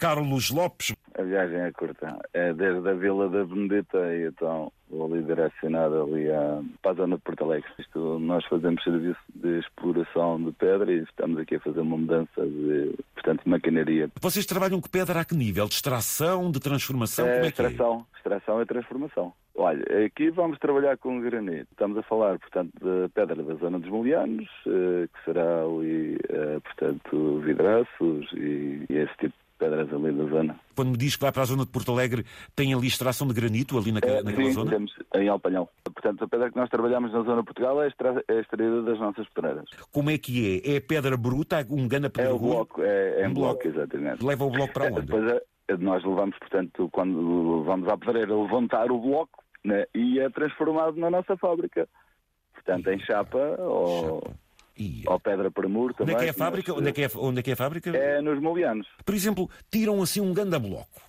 Carlos Lopes. A viagem é curta. É desde a Vila da Benedita e então vou ali direcionado ali à, para a zona de Porto Alegre. Isto, nós fazemos serviço de exploração de pedra e estamos aqui a fazer uma mudança de, portanto, maquinaria. Vocês trabalham com pedra a que nível? De extração, de transformação? Como é que é? extração, extração e transformação. Olha, aqui vamos trabalhar com granito. Estamos a falar, portanto, da pedra da zona dos Molianos, eh, que será ali, eh, portanto, vidraços e, e esse tipo de pedras ali da zona. Quando me diz que vai para a zona de Porto Alegre, tem ali extração de granito ali naquela, Eh, naquela Sim, zona? temos em Alpanhão. Portanto, a pedra que nós trabalhamos na zona de Portugal é extra- é extraída das nossas pedreiras. Como é que é? É pedra bruta, um gana É pedregulho? o bloco, é, é Um em bloco, bloco. exatamente. Leva o bloco para Eh, onde? Depois eh, nós levamos, portanto, quando vamos à pedreira, levantar o bloco né, e é transformado na nossa fábrica. Portanto, em chapa ou, Chapa. Ia. ou pedra para muro Onde também. é que é a fábrica? mas, Onde é que é, onde é, que é a fábrica? eh, é nos molianos. Por exemplo, tiram assim um ganda bloco.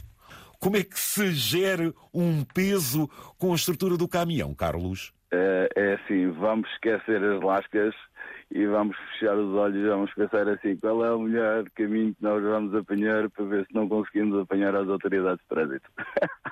Como é que se gera um peso com a estrutura do caminhão, Carlos? Eh, é assim, vamos esquecer as lascas e vamos fechar os olhos e vamos pensar assim, qual é o melhor caminho que nós vamos apanhar para ver se não conseguimos apanhar as autoridades de trânsito.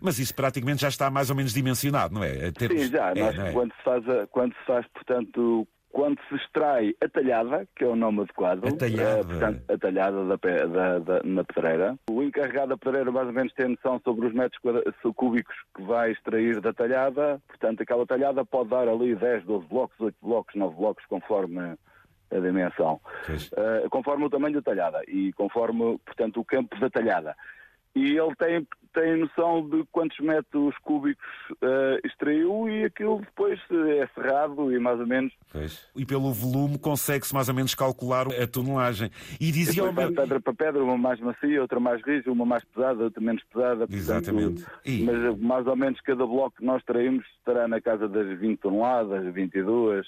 Mas isso praticamente já está mais ou menos dimensionado, não é? Em termos- Sim, já. É, nós, não é? quando, se faz a- quando se faz, portanto, quando se extrai a talhada, que é o nome adequado, A talhada. eh, portanto, a talhada da, pe- da- da- na pedreira, o encarregado da pedreira mais ou menos tem noção sobre os metros quadra- su- cúbicos que vai extrair da talhada, portanto, aquela talhada pode dar ali 10, 12 blocos, 8 blocos, 9 blocos, conforme a dimensão. Pois. Uh, conforme o tamanho da talhada e conforme, portanto, o campo da talhada. E ele tem, tem noção de quantos metros cúbicos uh, extraiu e aquilo depois é cerrado e mais ou menos E pelo volume consegue-se mais ou menos calcular a tonelagem. E dizia ao depois vai meu... pedra para pedra, uma mais macia, outra mais rija, uma mais pesada, outra menos pesada. portanto, Exatamente. E- Mas uh, mais ou menos cada bloco que nós traímos estará na casa um das 20 toneladas, 22.